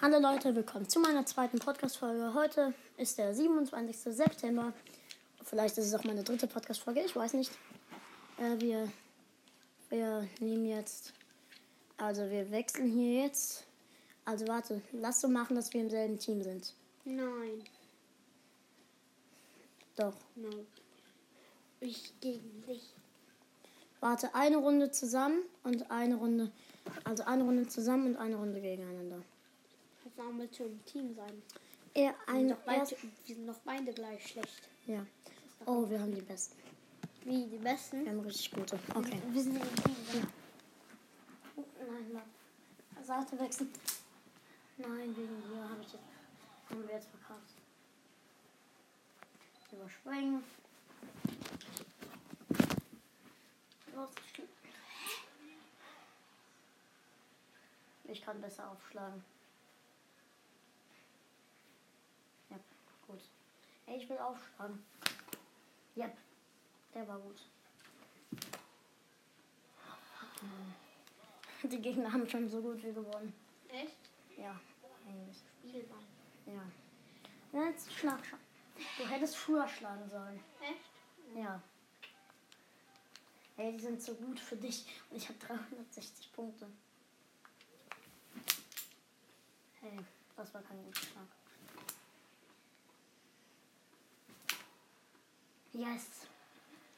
Hallo Leute, willkommen zu meiner zweiten Podcast-Folge. Heute ist der 27. September. Vielleicht ist es auch meine dritte Podcast-Folge, ich weiß nicht. Äh, wir, wir nehmen jetzt. Also, wir wechseln hier jetzt. Also, warte, lass so machen, dass wir im selben Team sind. Nein, Doch. nein. Ich gegen dich. Warte, eine Runde zusammen und eine Runde. Also, eine Runde zusammen und eine Runde gegeneinander. Kannst auch mit im Team sein. Eher Wir sind eine. noch Erst, beide, wir sind noch beide gleich schlecht. ja. Oh, wir haben die besten. Wie die Besten? Wir haben richtig gute. Okay. Wir sind im Team. Ja. Oh, nein, nein. Seite wechseln. Nein, wegen dir habe ich jetzt, haben wir jetzt verkauft. Überspringen. Los. Ich kann besser aufschlagen. Ja, gut. Ey, ich will aufschlagen. Yep. Der war gut. Die Gegner haben schon so gut wie gewonnen. Echt? Ja, eigentlich. Spielball. Ja. ja jetzt schlag schon. Du hättest früher schlagen sollen. Echt? Ja. Ey, die sind so gut für dich. Und ich habe 360 Punkte. Hey, das war kein guter Schlag. Yes.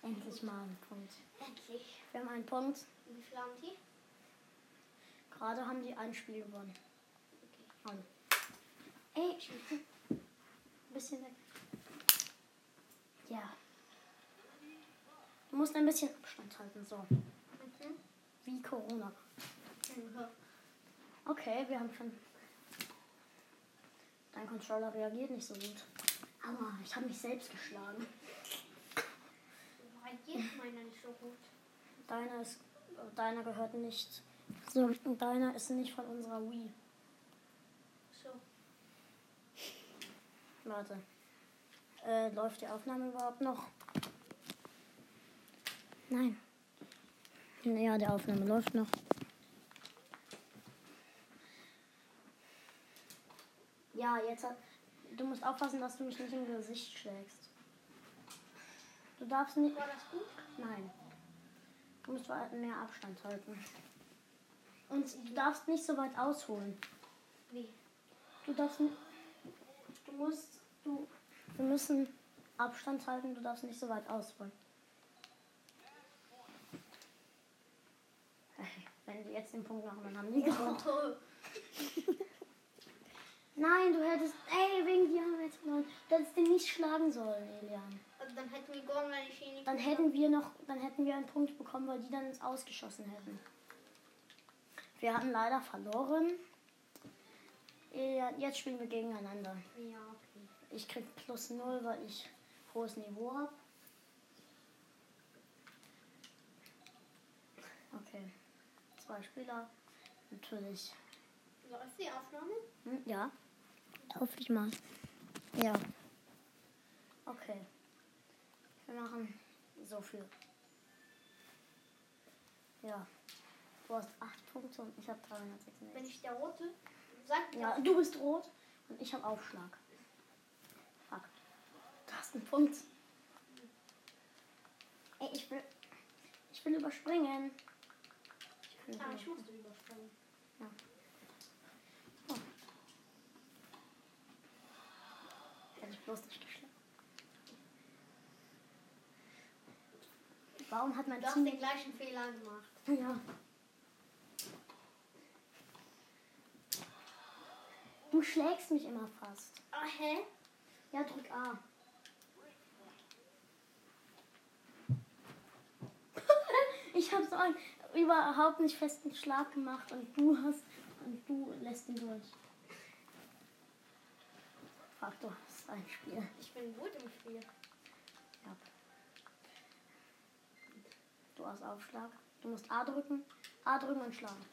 Endlich mal ein Punkt. Endlich. Wir haben einen Punkt. Wie viel haben die? Gerade haben die ein Spiel gewonnen. An. Ey, ein bisschen weg. Ja. Du musst ein bisschen Abstand halten, so. Mhm. Wie Corona. Mhm. Okay, wir haben schon. Dein Controller reagiert nicht so gut. Aber ich habe mich selbst geschlagen. Reagiert meiner nicht so gut. Deiner ist. Deiner gehört nicht. So, deiner ist nicht von unserer Wii. So. Warte. Äh, läuft die Aufnahme überhaupt noch? Nein. Ja, die Aufnahme läuft noch. Ja, jetzt hat. Du musst aufpassen, dass du mich nicht im Gesicht schlägst. Du darfst nicht. War das gut? Nein. Du musst weit- mehr Abstand halten. Und du darfst nicht so weit ausholen. Wie? Du darfst nicht. Du musst. Du. Wir müssen Abstand halten, du darfst nicht so weit ausholen. Ey, Wenn die jetzt den Punkt machen, dann haben die gewonnen. Oh. Nein, du hättest. Ey, wegen dir haben wir jetzt gewonnen. Du hättest den nicht schlagen sollen, Elian. Also dann hätten wir gewonnen, wenn ich ihn nicht Dann hätten wir noch. Dann hätten wir einen Punkt bekommen, weil die dann uns ausgeschossen hätten. Wir hatten leider verloren. Elian, Jetzt spielen wir gegeneinander. Ja, okay. Ich krieg plus 0, weil ich hohes Niveau habe. Okay. Zwei Spieler. Natürlich. Läuft die Aufnahme? Hm, ja. Hoffe ich mal. Ja. Okay. Wir machen so viel. Ja. Du hast 8 Punkte und ich habe 366. Wenn ich der Rote sag Ja, du bist rot und ich habe Aufschlag. Fuck. Du hast einen Punkt. Ey, ich will. Ich will überspringen. Ich kann nicht Ah, ich überspringen. musste überspringen. Hätte ich bloß nicht geschlagen. Warum hat mein Du hast Team. den gleichen Fehler gemacht. Ja. Du schlägst mich immer fast. Ah, hä? Ja, drück A. ich habe so einen überhaupt nicht festen Schlag gemacht und du hast und du lässt ihn durch. Fuck, du hast ein Spiel. Ich bin gut im Spiel. Ja. Du hast Aufschlag. Du musst A drücken, A drücken und schlagen.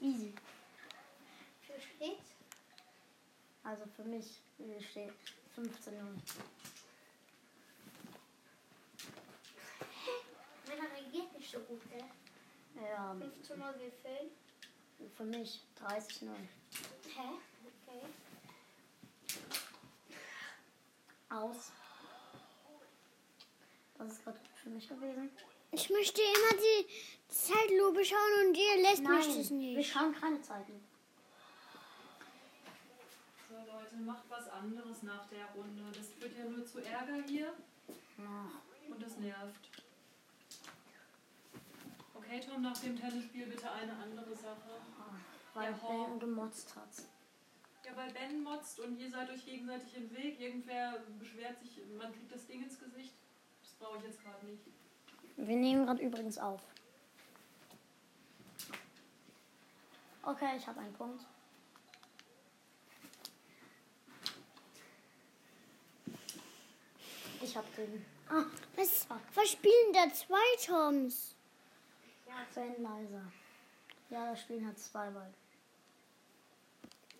Easy. Für steht? Also für mich äh, steht 15 0. Meiner reagiert nicht so gut, gell? Ja, 5 zu 0 wir fehlen. Für mich 30-0. Hä? Okay. Aus. Das ist gerade gut für mich gewesen. Ich möchte immer die Zeitlupe schauen und ihr lässt mich das wir nicht. schauen keine Zeiten. So Leute, macht was anderes nach der Runde. Das führt ja nur zu Ärger hier und das nervt. Okay, Tom, nach dem Tennisspiel bitte eine andere Sache. Weil Ja, ho. Ben gemotzt hat. Ja, weil Ben motzt und ihr seid euch gegenseitig im Weg. Irgendwer beschwert sich, man kriegt das Ding ins Gesicht. Das brauche ich jetzt gerade nicht. Wir nehmen gerade übrigens auf. Okay, ich habe einen Punkt. Ich habe den. Ah, Was, was spielen da zwei Toms? Ben leiser. Ja, das Spiel hat zwei Ball.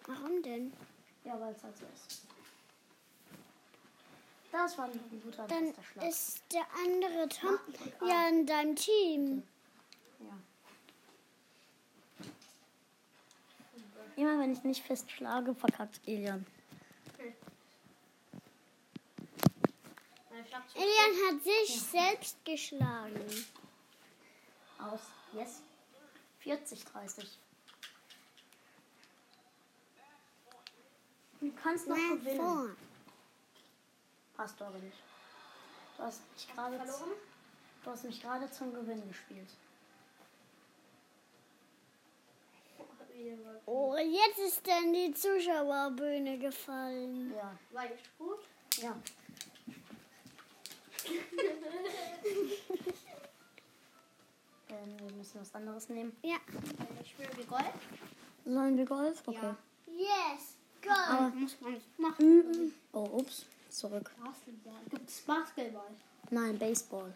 Warum denn? Ja, weil es halt so ist. Das war ein guter Dann erster Schlag. ist der andere Tom ja in deinem Team. Ja. Immer wenn ich nicht fest schlage, verkackt Elian. Ich hab's Elian hat sich selbst geschlagen. Aus. Yes. 40, 30. Du kannst noch Mal gewinnen. vor. Hast du aber nicht. Du hast mich gerade verloren. zu- du hast mich gerade zum Gewinn gespielt. Wieder Oh, jetzt ist dann die Zuschauerbühne gefallen. Ja. War nicht gut. Ja. ähm, wir müssen was anderes nehmen. Ja. Äh, Ich spiele wie Gold. Sollen wir Golf? Okay. Ja. Yes, go. Aber- muss man machen. Üben. Oh, ups. Zurück. Basketball. Gibt es Basketball? Nein, Baseball.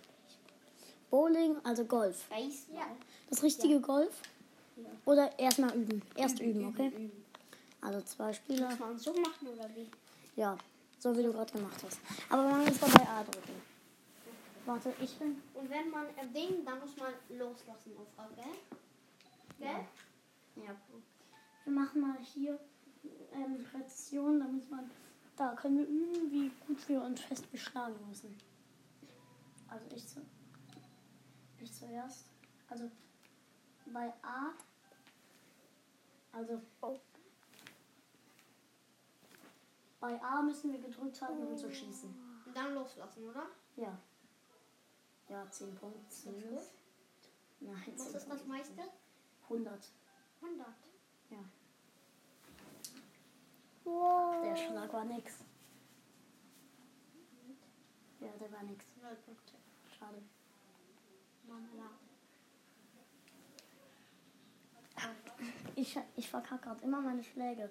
Bowling, also Golf. Baseball. Ja. Das richtige Golf? Ja. Oder erstmal üben. Erst üben, okay? Also zwei Spieler. Muss man so machen oder wie? Ja, so wie du gerade gemacht hast. Aber man muss dabei A drücken. Warte, ich bin. Und wenn man ein Ding, dann muss man loslassen auf A, gell? Gell? Ja. Wir machen mal hier ähm, Präzision, damit man. Da können wir üben, wie gut wir uns fest beschlagen müssen. Also ich, zu, ich zuerst. Also bei A. Also. Bei A müssen wir gedrückt halten, um zu schießen. Und Oh. dann loslassen, oder? Ja. Ja, 10 Punkte. gut? Nein, Was 10 ist das Punkte. meiste? 100. 100. Der Wow. Schlag war nix. Ja, der war nix. 100 Punkte. Schade. Marmelade. Ich, ich verkacke gerade immer meine Schläge.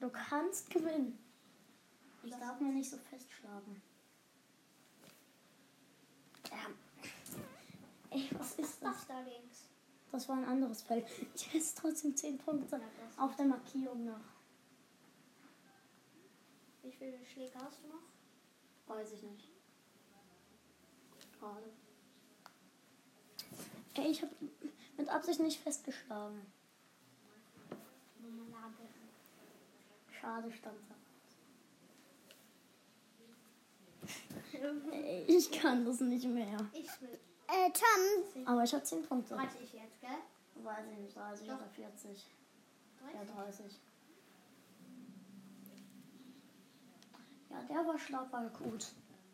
Du kannst gewinnen. Ich darf mir nicht so festschlagen. Ja. Ey, was ist das? Das da links. Das war ein anderes Feld. Ich hätte trotzdem 10 Punkte auf der Markierung nach. Wie viele Schläge hast du noch? Weiß ich nicht. Gerade. Ey, ich habe mit Absicht nicht festgeschlagen. Marmelade. Schade, stand da. Ey, ich kann das nicht mehr. Ich will. Äh, Tom, Aber ich habe 10 Punkte. 30 jetzt, gell? Weiß ich nicht, 30 Doch. oder 40. Ja, 30? 30. Ja, der war Schlag war gut.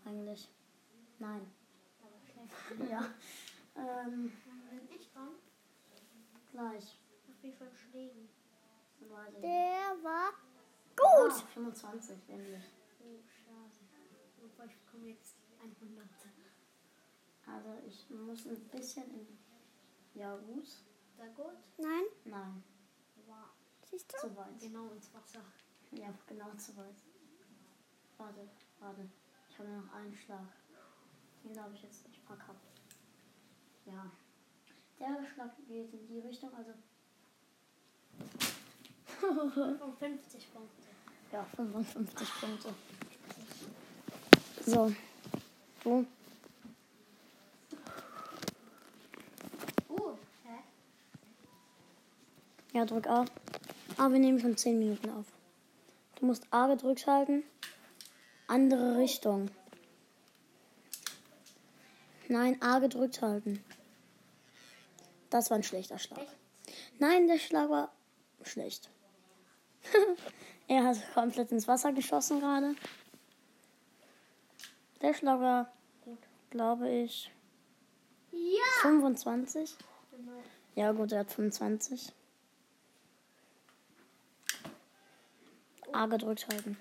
Eigentlich. Nein. Aber schlecht. Ja. Ähm, Dann bin ich dran. gleich. Nach wie vielen Schlägen? Weiß ich nicht. der war Ah, gut. 25, nämlich. Oh, schade. Und ich bekomme jetzt 100. Also ich muss ein bisschen in. Ja, gut. Da gut? Nein, Nein, Wow. siehst du? zu weit. Genau ins Wasser. Ja, genau zu weit. Warte, warte. Ich habe nur noch einen Schlag. Den glaube ich jetzt nicht verkackt. Ja. Der Schlag geht in die Richtung, also. 55 Punkte. Ja, 55 Punkte. So. Du? Uh, Oh, hä? Ja, drück A. Aber wir nehmen schon 10 Minuten auf. Du musst A gedrückt halten. Andere Richtung. Nein, A gedrückt halten. Das war ein schlechter Schlag. Nein, der Schlag war schlecht. er hat komplett ins Wasser geschossen gerade. Der Schlag war, glaube ich, Ja! 25. Ja, gut, er hat 25. A gedrückt halten.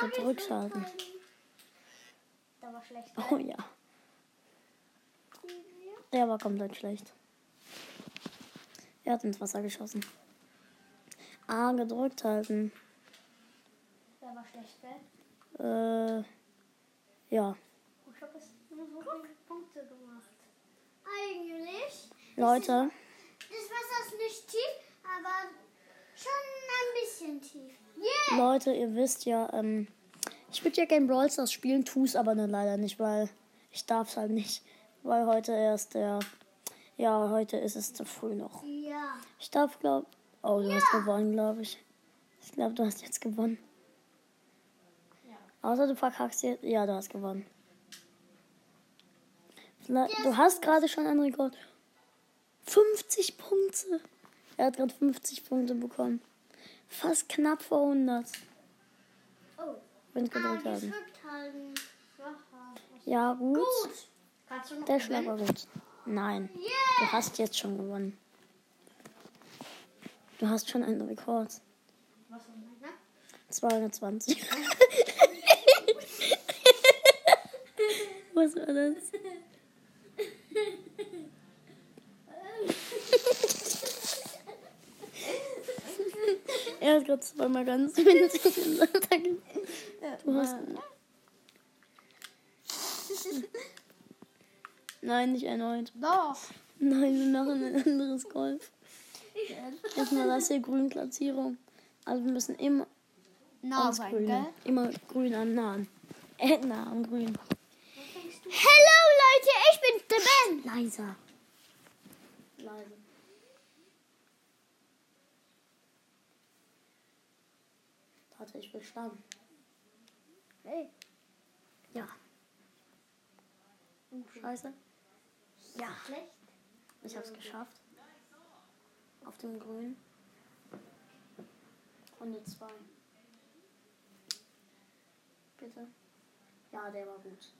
Gedrückt halten. Da war schlecht. Oh ja. Der war komplett schlecht. Er hat ins Wasser geschossen. A gedrückt halten. Da war schlecht, gell? Äh, ja. Ich hab es nur so viele Punkte gemacht. Eigentlich Leute, ist Wasser nicht tief, aber schon ein bisschen tief. Yeah! Leute, ihr wisst ja, ähm, ich würde ja gerne Brawl Stars spielen, tu's aber dann leider nicht, weil ich darf's halt nicht. Weil heute erst der. Ja, heute ist es zu früh noch. Ja. Ich darf, glaub. Oh, du hast gewonnen, glaube ich. Ich glaube, du hast jetzt gewonnen. Außer du verkackst jetzt. Ja, du hast gewonnen. Vielleicht- Du hast gerade schon einen Rekord. 50 Punkte. Er hat gerade 50 Punkte bekommen. Fast knapp vor 100. Oh. Wenn es gedrückt Das haben. wird halten. halt Aha. Ja, gut. Kannst du noch Der Schlag war gut. Nein. Du Yeah! hast jetzt schon gewonnen. Du hast schon einen Rekord. Was soll meiner? 220. Was war das? er hat gerade zweimal ganz mindestens in seinem Tag. Du hast. Nein, nicht erneut. Doch. Nein, wir machen ein anderes Golf. Erstmal das hier grün Platzierung. Also wir müssen immer Na, ans Grüne. Immer grün am Nahen. Äh, nah am Grün. Hello Leute, ich bin der Ben. Leiser. Leise. Warte, ich will schlagen. Hey. Ja. Scheiße. Ja. Schlecht. Ich hab's geschafft. Auf dem Grün. Runde 2. Bitte. Ja, der war gut.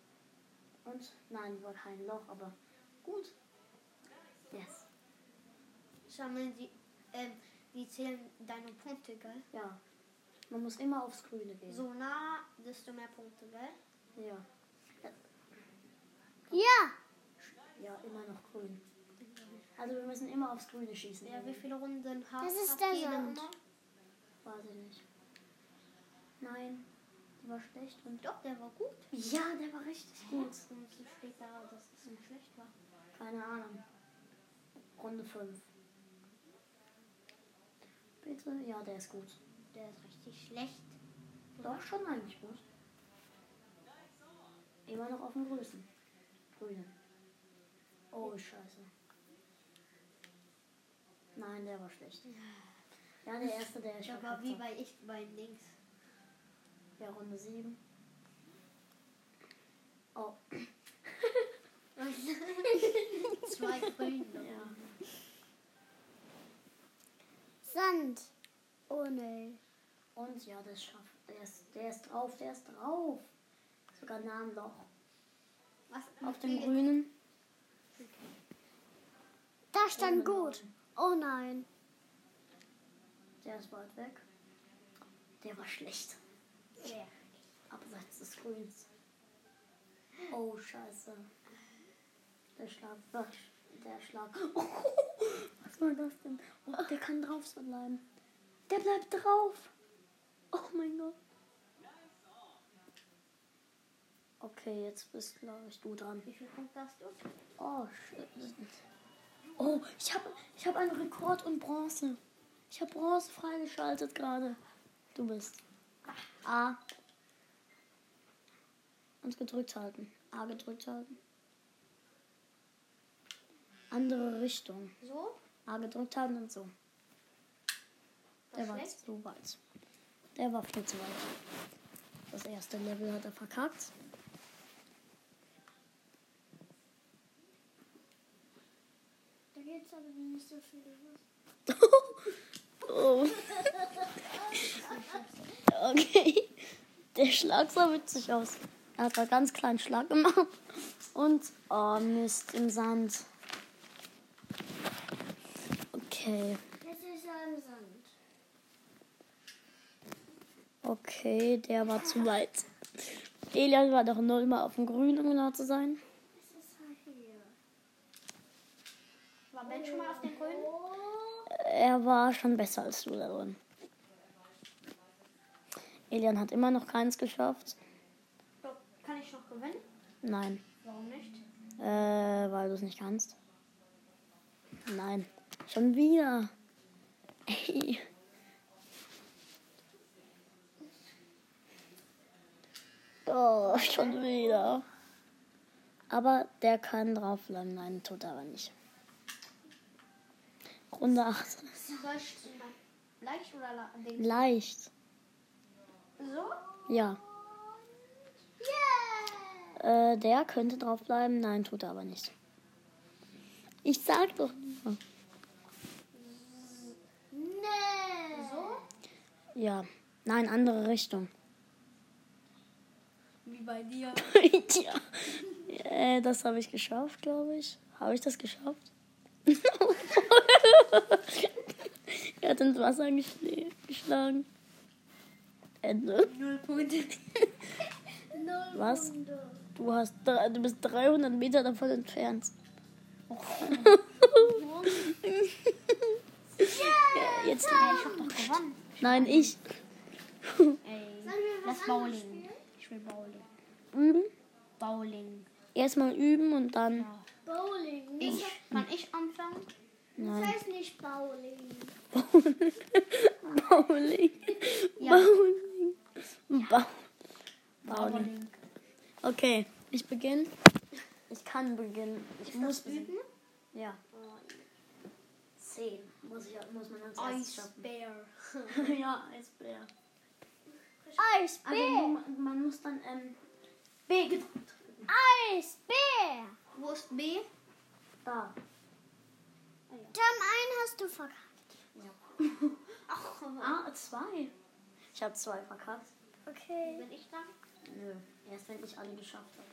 Und? Nein, war kein Loch, aber gut. Yes. Sammeln die, ähm, die zählen deine Punkte, gell? Ja. Man muss immer aufs Grüne gehen. So nah, desto mehr Punkte, gell? Ja. Ja, Ja, immer noch grün. Also wir müssen immer aufs Grüne schießen. Ja, wie viele Runden hast Das ist habt der ihr Sand. immer? Weiß ich nicht. Nein. Die war schlecht und. Doch, der war gut. Ja, der war richtig gut. Und so steht da, dass es nicht schlecht war. Keine Ahnung. Runde 5. Bitte? Ja, der ist gut. Der ist richtig schlecht. Doch, schon eigentlich gut. Immer noch auf dem Größen. Grünen. Oh, scheiße. Nein, der war schlecht. Ja, der erste, der ist Der war verkackt wie hat. bei ich bei links. Ja, Runde 7. Oh, Zwei Grüne. ja. Sand. Oh nee. Und ja, das schafft. Der ist, der ist drauf, der ist drauf. Sogar nah am Loch. Was? Auf dem grünen. Da stand gut. Oh nein. Der ist weit weg. Der war schlecht. Ja. Abseits des Grüns. Oh, scheiße. Der Schlag. war sch- Der Schlag. Oh, was war das denn? Oh, der kann drauf so bleiben. Der bleibt drauf. Oh mein Gott. Okay, jetzt bist, glaube ich, du dran. Wie viele Punkte hast du? Oh, shit. Oh, ich habe ich hab einen Rekord und Bronze. Ich habe Bronze freigeschaltet gerade. Du bist. A. Und gedrückt halten. A gedrückt halten. Andere Richtung. So? A gedrückt halten und so. Der war so weit. Der war viel zu weit. Das erste Level hat er verkackt. Da gibt es aber nicht so viel. oh. Okay. Der Schlag sah witzig aus. Er hat einen ganz kleinen Schlag gemacht. Und, oh Mist, im Sand. Okay. Jetzt ist er im Sand. Okay, der war zu weit. Elian war doch null mal auf dem Grün, um genau zu sein. Jetzt ist er hier. War Ben schon mal auf den Grünen? Oh. Er war schon besser als du da drin. Elian hat immer noch keins geschafft. So, Kann ich noch gewinnen? Nein. Warum nicht? Äh, weil du es nicht kannst. Nein. Schon wieder. Ey. Oh, schon wieder. Aber der kann draufbleiben. Nein, tut er aber nicht. Runde 8. Soll ich leicht oder la- links? Leicht. So? Ja. Yeah! Äh, der könnte draufbleiben. Nein, tut er aber nicht. Ich sag doch. nur. Nee! So? Ja. Nein, andere Richtung. Wie bei dir. ja. Äh, das habe ich geschafft, glaube ich. Habe ich das geschafft? er hat ins Wasser geschl- geschlagen. Ende. Null Punkte. Null Was? Punkte. Du, hast, drei- du bist 300 Meter davon entfernt. Ja, Jetzt, Gewonnen. nein, ich. Ey. Sollen wir was Lass anderes Bowling. spielen? Ich will Bowling. Üben. Bowling. Erstmal üben und dann. Ja. Bowling. Ich, Ich. kann ich anfangen? Das Nein. heißt nicht Bowling. Bowling. Ja. Bowling. Bow- Bowling. Bowling. Okay, ich beginne. Ich kann beginnen. Ich muss beginnen. Ja. Oh, Zehn muss, Oh, ich, muss man als erstes Eisbär. schaffen. ja, Eisbär. Also Eisbär. man, man muss dann ähm, B gedrückt. Eisbär. Wo ist B? Da. Jam ein hast du verkackt. Ah, zwei. Ich habe zwei verkackt. Okay. Bin ich dran? Nö, erst wenn ich alle geschafft habe.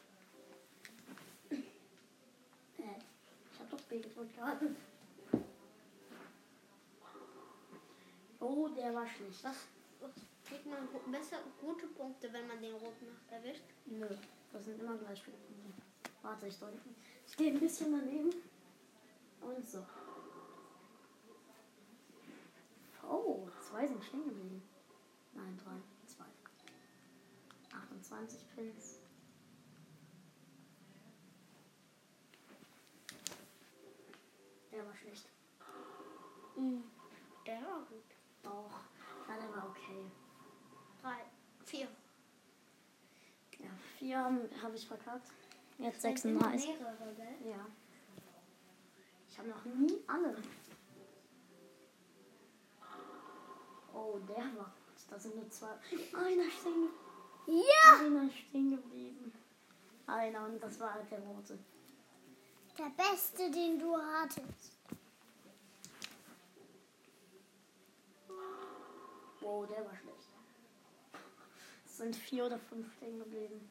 Äh, ich habe doch B gedrückt gerade. Oh, der war schlecht. Was, was kriegt man gu- besser gute Punkte, wenn man den roten macht, erwischt? Nö, das sind immer gleich viele. Warte, ich drücke. Ich gehe ein bisschen daneben. Und so. Oh, zwei sind stehen geblieben. Nein, drei, zwei. 28 Pins. Der war schlecht. Mhm. Der war gut. Doch. Ja, der war okay. Drei, vier. Ja, vier haben- habe ich verkackt. Jetzt Das sind immer 36. Mehrere, gell? Ja. Ich habe noch nie alle. Oh, der war gut. Da sind nur zwei. Einer stehen, Ja. einer stehen geblieben. Einer und das war halt der rote. Der beste, den du hattest. Wow, der war schlecht. Es sind vier oder fünf stehen geblieben.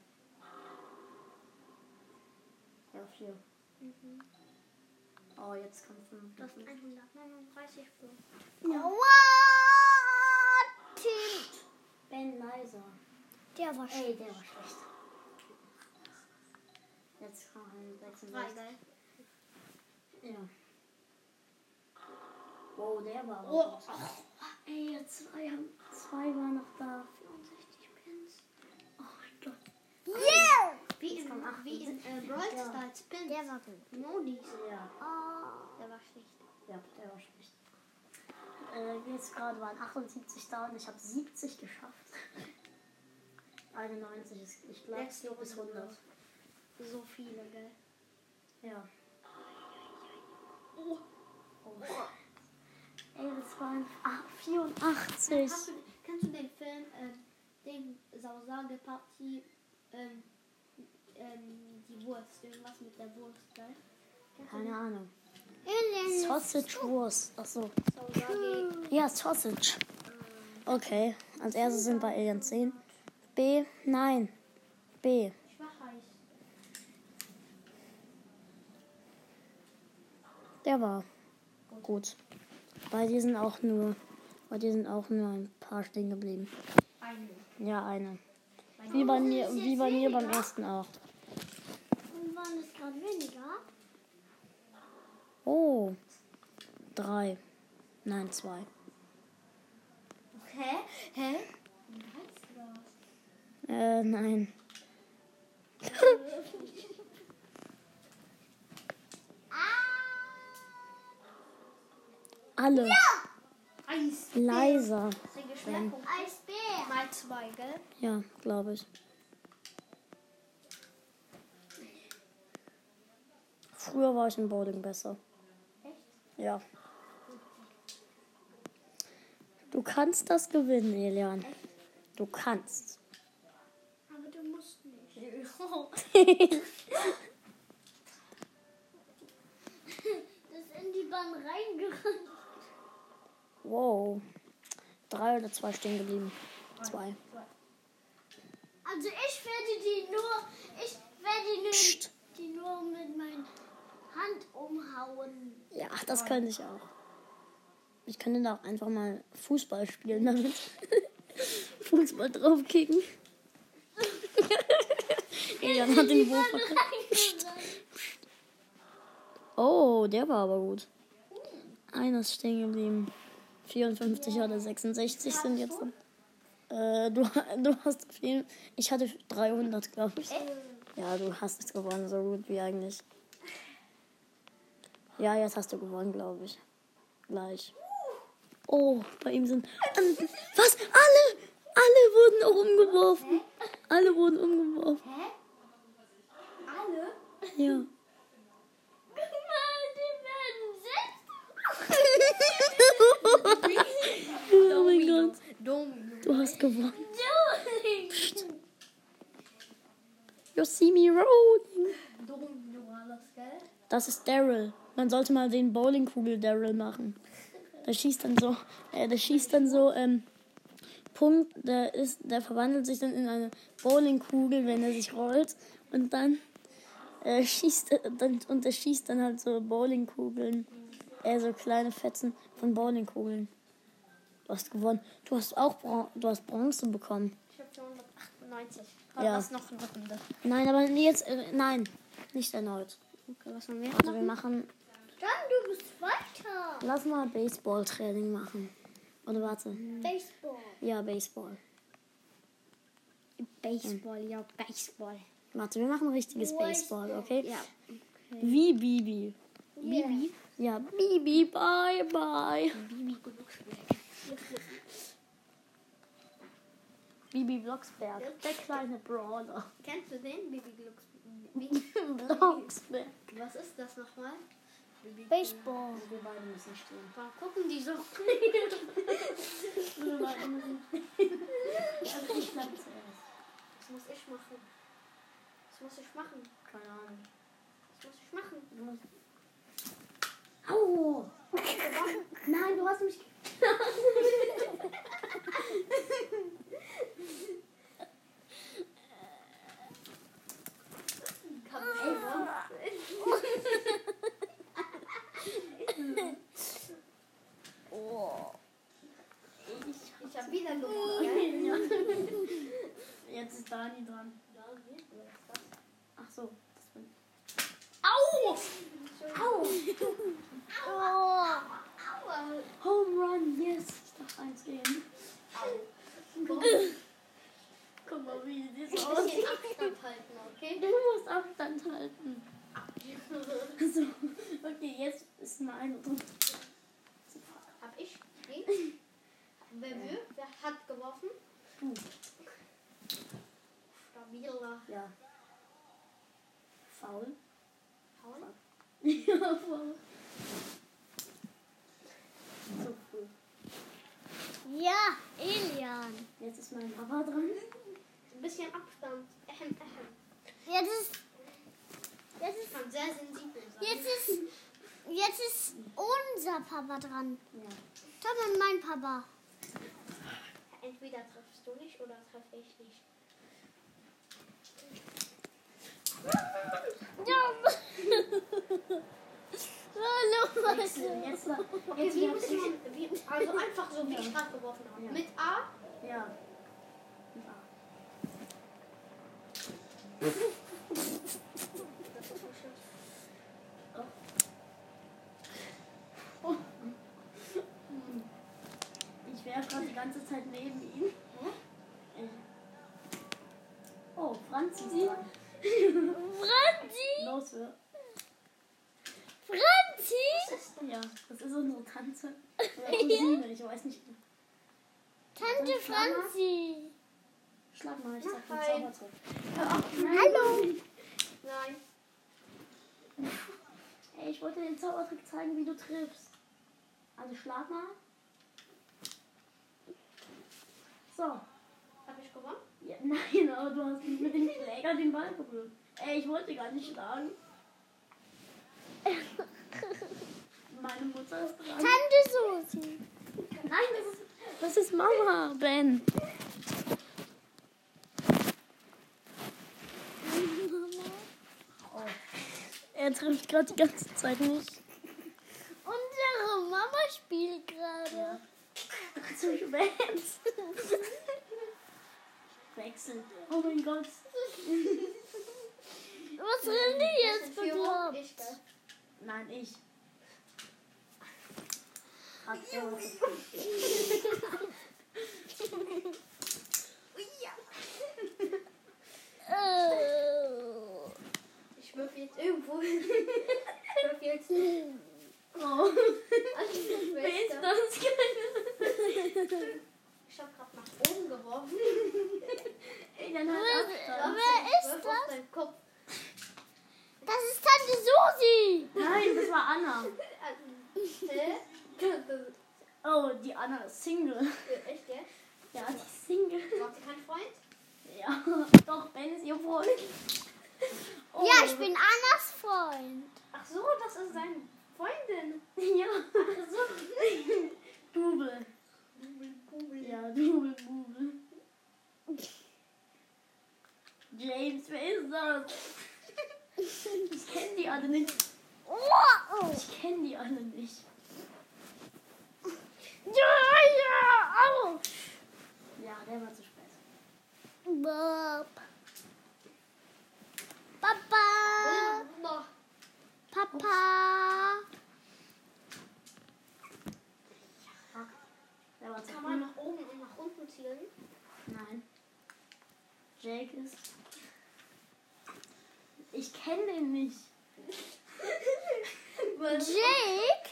Ja, vier. Mhm. Oh, jetzt kommt fünf. Das sind 139 Punkte. Wow. Team. Ben Leiser. Der war Ey, schlecht. der war schlecht. Jetzt kommen 36. Drei, ne? gell? Ja. Wow, der war aber Oh, gut. Ey, zwei, haben- zwei waren noch da. 64 Pins. Oh mein Gott. Yeah. Wie in, kommen acht wie in äh, Brawl Ja. Stars Pins. Der war gut. Modis. Ja, Oh. Der war schlecht. ja der war schlecht. Äh, jetzt gerade waren 78 da und ich habe 70 geschafft. 91 ist, ich glaube, Letzte bis Runde. 100. So viele, gell? Ja. Oh, Oh. Ey, das waren ah, 84. Hast du, kennst du den Film, ähm, den Sausageparty, ähm, ähm, die Wurst, irgendwas mit der Wurst, ne? Kennst du Keine Ahnung. Elend. Sausage Wurst. Achso. den Sausage? Ja, Sausage. Okay. Als erstes sind bei Alien 10. B. Nein. B. Schwachheit. Der war gut. Bei dir sind auch nur, bei dir sind auch nur ein paar stehen geblieben. Eine. Ja, eine. Wie bei mir, wie bei mir beim ersten auch. Und waren es gerade weniger? Oh. Drei. Nein, zwei. Okay. Hä? Äh, nein. Ah! Alle. Eis. Leiser. Der Geschmack. Eisbär. Mal zwei, gell? Ja, glaube ich. Früher war ich im Bowling besser. Ja. Du kannst das gewinnen, Elian. Du kannst. Aber du musst nicht. Das ist in die Bahn reingerannt. wow. Drei oder zwei stehen geblieben. Zwei. Also ich werde die nur, ich werde nur, Psst. die nur mit meiner Hand umhauen. Ja, das könnte ich auch. Ich könnte da auch einfach mal Fußball spielen damit. Fußball draufkicken. Elian hat den Wurf verkackt. Reingerannt. Oh, der war aber gut. Einer ist stehen geblieben. 54 oder 66 sind jetzt. Äh, du, du hast viel. Ich hatte 300, glaube ich. Ja, du hast es gewonnen, so gut wie eigentlich. Ja, jetzt hast du gewonnen, glaube ich. Gleich. Oh, bei ihm sind. Ähm, was? Alle! Alle wurden auch umgeworfen. Alle wurden umgeworfen. Hä? Alle? Ja. Guck mal, die werden selbst. oh mein Gott. Domino. Du hast gewonnen. Du! You see me rolling. Domino war das, gell? Das ist Daryl. Man sollte mal den Bowlingkugel Daryl machen. Der schießt dann so, äh, der schießt dann so, ähm, Punkt, der ist, der verwandelt sich dann in eine Bowlingkugel, wenn er sich rollt und dann äh, schießt er, dann, und er schießt dann halt so Bowlingkugeln, äh, so kleine Fetzen von Bowlingkugeln. Du hast gewonnen. Du hast auch, Bron du hast Bronze bekommen. Ich hab 298. Ja. Was noch eine Runde? Nein, aber jetzt, äh, nein, nicht erneut. Okay, was haben wir? Also wir machen Dann, du bist weiter. Lass mal Baseballtraining machen. Oder warte. Mhm. Baseball. Ja, Baseball. Baseball, ja, Baseball. Warte, wir machen richtiges Baseball, okay? Ja. Wie Bibi. Bibi. Ja, Bibi, bye, bye. Bibi Glücksberg. Bibi Blocksberg, der kleine Brawler. Kennst du den? Bibi Glücksberg. Mhm. Blocksberg. Was ist das nochmal? Baseball. Wir beide müssen stehen. Warum gucken die so? Also ich glaube zuerst. Das muss ich machen. Das muss ich machen. Keine Ahnung. Das muss ich machen. Au! Nein, du hast mich. Ich hab wieder gewonnen. Jetzt ist Dani dran. Ach so, das bin ich. Au! Au! Au! Home Run, yes! Ich darf eins gehen. Guck mal, wie das aussieht. Abstand halten, okay? Du musst Abstand halten. So, okay, jetzt ist mein drin. Hab ich? Nee. Wer, will? Wer hat geworfen? Du. Stabiler Ja. Faul. Hauen. ja, faul. So cool. ist mein Papa dran. Ein bisschen Abstand. Ahem, ahem. Jetzt ist, Das ist man sehr sensibel. sein. jetzt ist, jetzt ist unser Papa dran. Ja. Tom und mein Papa. Entweder triffst du nicht oder treffe ich nicht. Tom. Hallo, Jetzt, Leute. jetzt, jetzt Okay, wie muss wird's- man, wie, also einfach so, wie ich gerade geworfen habe. Ja. Mit A? Ja. Ich wäre gerade die ganze Zeit neben ihm. Äh. Oh, Franzi. Franzi. Los, wir. Franzi. Ja, das ist unsere Tante. Oder Cousine, ich weiß nicht. Tante Franzi. Schlag mal, ich sag den Nein. Zaubertrick. Hallo. Nein. Ey, ich wollte den Zaubertrick zeigen, wie du triffst. Also schlag mal. So. Habe ich gewonnen? Ja, nein, aber du hast mit dem Schläger den Ball berührt. Ey, ich wollte gar nicht schlagen. Meine Mutter ist dran. Tante Susi. Nein, das ist. Das ist Mama, Ben. Oh. Er trifft gerade die ganze Zeit nicht. Unsere Mama spielt gerade. Zum Schmerz. Wechsel. Oh mein Gott. Was will die Das sind jetzt Führung, bekommen? ich gell? Nein, ich. Hat Oh. Ich würfe jetzt irgendwo hin. Ich würfe jetzt. oh. Also ich würfe Wer jetzt ist da. das? Ich habe gerade nach oben geworfen. Ey, dann halt Abstand. Wer ist Wirf auf das? deinen Kopf. Das ist Tante Susi. Nein, das war Anna. Hä? Oh, die Anna ist Single. Echt, gell? Ja, die ist Single. Braucht ihr keinen Freund? Ja, doch, Ben ist ihr Freund. Oh. Ja, ich bin Annas Freund. Ach so, das ist seine Freundin. Ja. Double. Ja. Ja, Double, Double. James, wer ist das? Ich kenne die alle nicht. Oh, oh. Ich kenne die alle nicht. Ja, ja, auf. Ja, der war zu spät. Bob. Papa. Noch. Papa. Der war zu Kann man früh. nach oben und nach unten zielen? Nein. Jake ist. Ich kenne den nicht. Jake.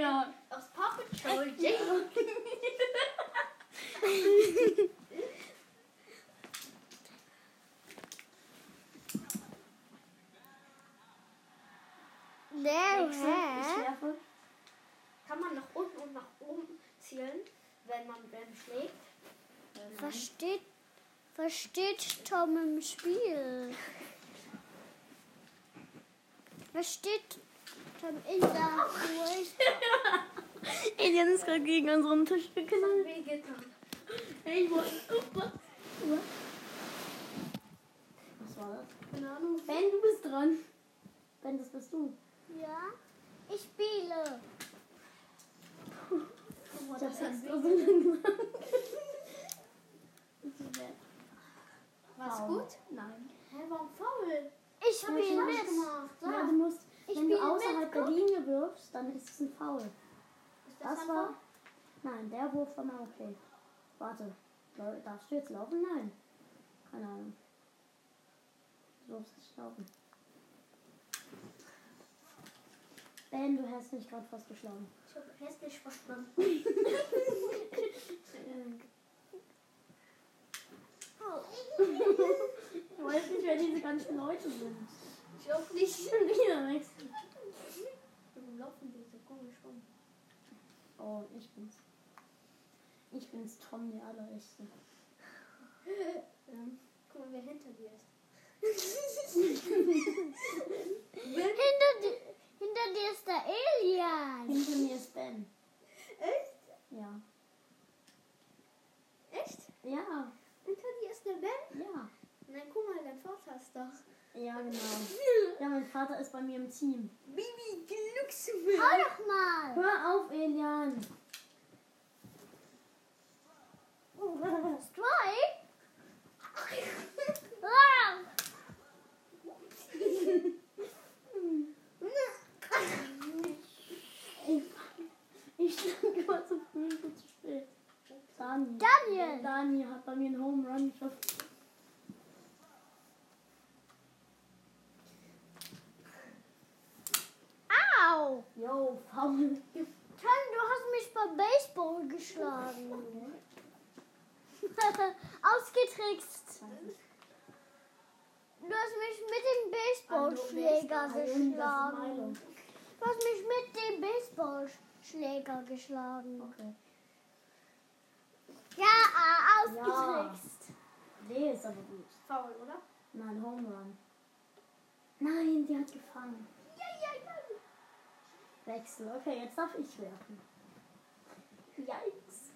Ja. Aus Paw Patrol. Jake. Der Ich werfe. Kann man nach unten und nach oben zielen, wenn man Ben schlägt? Versteht, versteht Tom im Spiel. Versteht Tom in der Ruhe. Alien ist gerade gegen unseren Tisch geknallt. Wehgetan. Hey, ich wollte. Oh, Was war das? Keine Ahnung. Ben, du bist dran. Ben, das bist du. Ja, ich spiele. Ich hab's extra so lang gemacht. War's Wow. gut? Nein. Hä, warum faul? Ich Hab ich spiele nicht mit. gemacht. Ja, du musst, wenn Ich du spiel mit, außerhalb der guck. Linie wirfst, dann ist es ein Foul. Ist das, Das ein war. Faul? Nein, der Wurf war mal okay. Warte. Dar- Darfst du jetzt laufen? Nein. Keine Ahnung. Du darfst nicht laufen. Ben, du hast mich gerade fast geschlagen. Ich hab hässlich verstanden. Ich weiß nicht, wer diese ganzen Leute sind. Ich hoffe nicht. Schon wieder wechseln. Warum laufen die so komisch rum? Oh, ich bin's. Ich bin's Tom, der Allerrechte. Ähm, guck mal, wer hinter dir ist. Hinter, di- hinter dir ist der Elian. Hinter mir ist Ben. Echt? Ja. Echt? Ja, Hinter dir ist der Ben? ja. Nein, guck mal, dein Vater ist doch. Ja, genau. Ja, mein Vater ist bei mir im Team. Bibi, Glücksmüll. Hau doch mal. Hör auf, Elian. Oh, Strike? Ah, Ich stand immer zu früh und zu spät. Dani. Daniel. Dani hat bei mir einen Home Run geschafft. Au. Yo, faul. Tom, du hast mich beim Baseball geschlagen. Ausgetrickst. Du hast mich mit dem Baseballschläger geschlagen. Du hast mich mit dem Baseballschläger geschlagen. Okay. Ja, ah, ausgetrickst. Nee, ist aber gut. Faul, oder? Nein, Home Run. Nein, die hat gefangen. Ja, ja, ja. Wechsel. Okay, jetzt darf ich werfen. Yikes.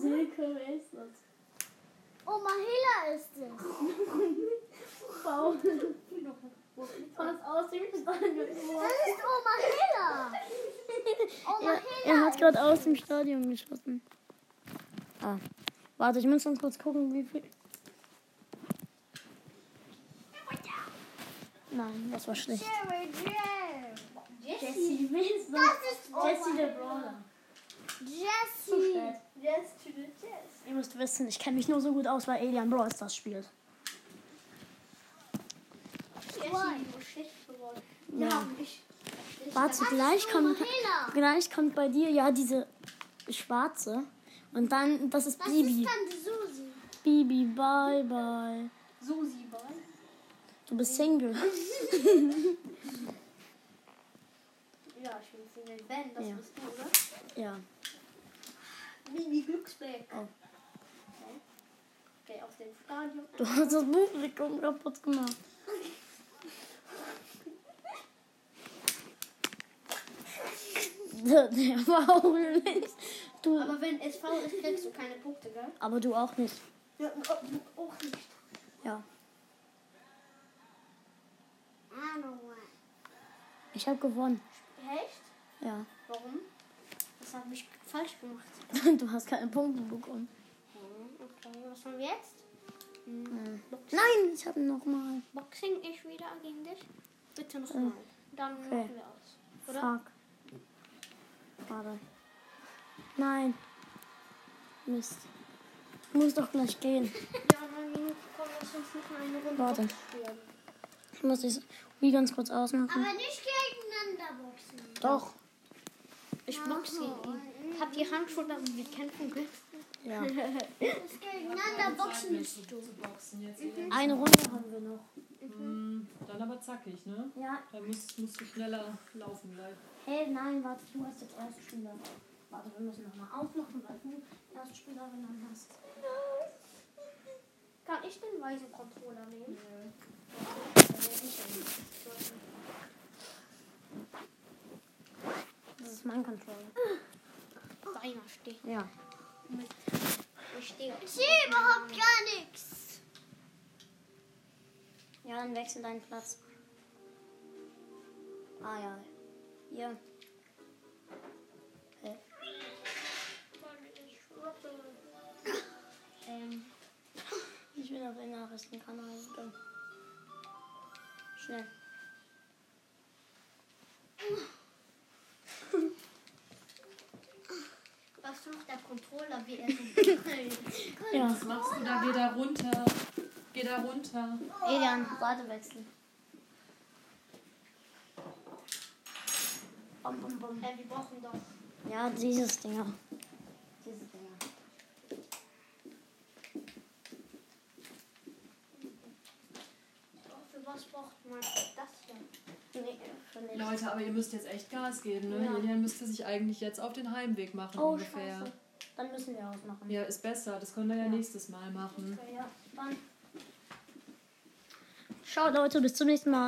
Silke, wer ist das? Oma Hela ist es. Faul. Was aus dem Stadion Das ist Oma Hela. Oma Er Hela. hat gerade aus dem Stadion geschossen. Ah. Warte, ich muss noch kurz gucken, wie viel. Nein, das war schlecht. Jerry Jerry. Jesse, wer ist Das Jesse, ist Oma der Hela. Brawler. Zu Jessie. spät. Yes, to the yes. Ihr müsst wissen, ich kenne mich nur so gut aus, weil Alien Brawl Stars spielt. Jessie, du bist schlecht geworden. Ja. ich. Warte, gleich kommt, Hela. gleich kommt bei dir ja diese schwarze. Und dann, das ist Das Bibi. ist Tante Susi. Bibi, bye bye. Susi, Boy. Du bist Single. Ja, ich bin Single. Ben, das Ja. bist du, oder? Ja. Bibi Glücksberg. Oh. Okay. Okay, aus dem Stadion. Du hast das Buch kaputt gemacht. Der, der war auch nicht. Du, Aber wenn es faul ist, kriegst du keine Punkte, gell? aber du auch nicht. Ja, oh, auch nicht. Ja. I don't want. Ich habe gewonnen. Echt? Ja. Warum? Das habe ich falsch gemacht. Du hast keine Punkte bekommen. Hm, Okay, was haben wir jetzt? Hm, Nein, ich habe nochmal. Boxing, ich wieder gegen dich? Bitte nochmal. Dann Hm. Okay. machen wir aus. Oder? Fuck. Warte. Nein. Mist. Ich muss doch gleich gehen. Ja, neun Minuten kommen, lass uns noch mal eine Runde Warte. Box spielen. Ich muss das Wii ganz kurz ausmachen. Aber nicht gegeneinander boxen. Doch. Ich boxe ihn. Hab die Hand schon, damit wir kämpfen können. Ja. Das gegeneinander boxen ist zu boxen jetzt. Mhm. Eine Runde haben wir noch. Dann aber zackig, ne? mhm. Ja. Da musst, musst du schneller laufen gleich. Hey, nein, warte, du hast jetzt erste Spieler. Warte, wir müssen nochmal aufmachen, weil du erste Spieler genommen hast. Kann ich den weißen Controller nehmen? Das ist mein Controller. Deiner steht. Ja. Ich stehe. auf- Ich sehe überhaupt gar nichts. Ja, dann wechsel deinen Platz. Ah ja. Hier. Hä? Ähm, Ich bin auf den Nachrichtenkanal gegangen. Schnell. was macht der Controller, wie er so Ja. Was machst du da? Geh da runter. Geh da runter. Elian, Seite wechseln. Bum, bum, bum. äh, wir brauchen doch. Ja, dieses Ding. Dieses Ding. Für was braucht man das hier? Nee, für nichts. Leute, aber ihr müsst jetzt echt Gas geben, ne? Julian müsste sich eigentlich jetzt auf den Heimweg machen Oh, ungefähr. scheiße. Dann müssen wir ausmachen. Ja, ist besser. Das können wir ja, Ja. nächstes Mal machen. Ciao Leute, bis zum nächsten Mal.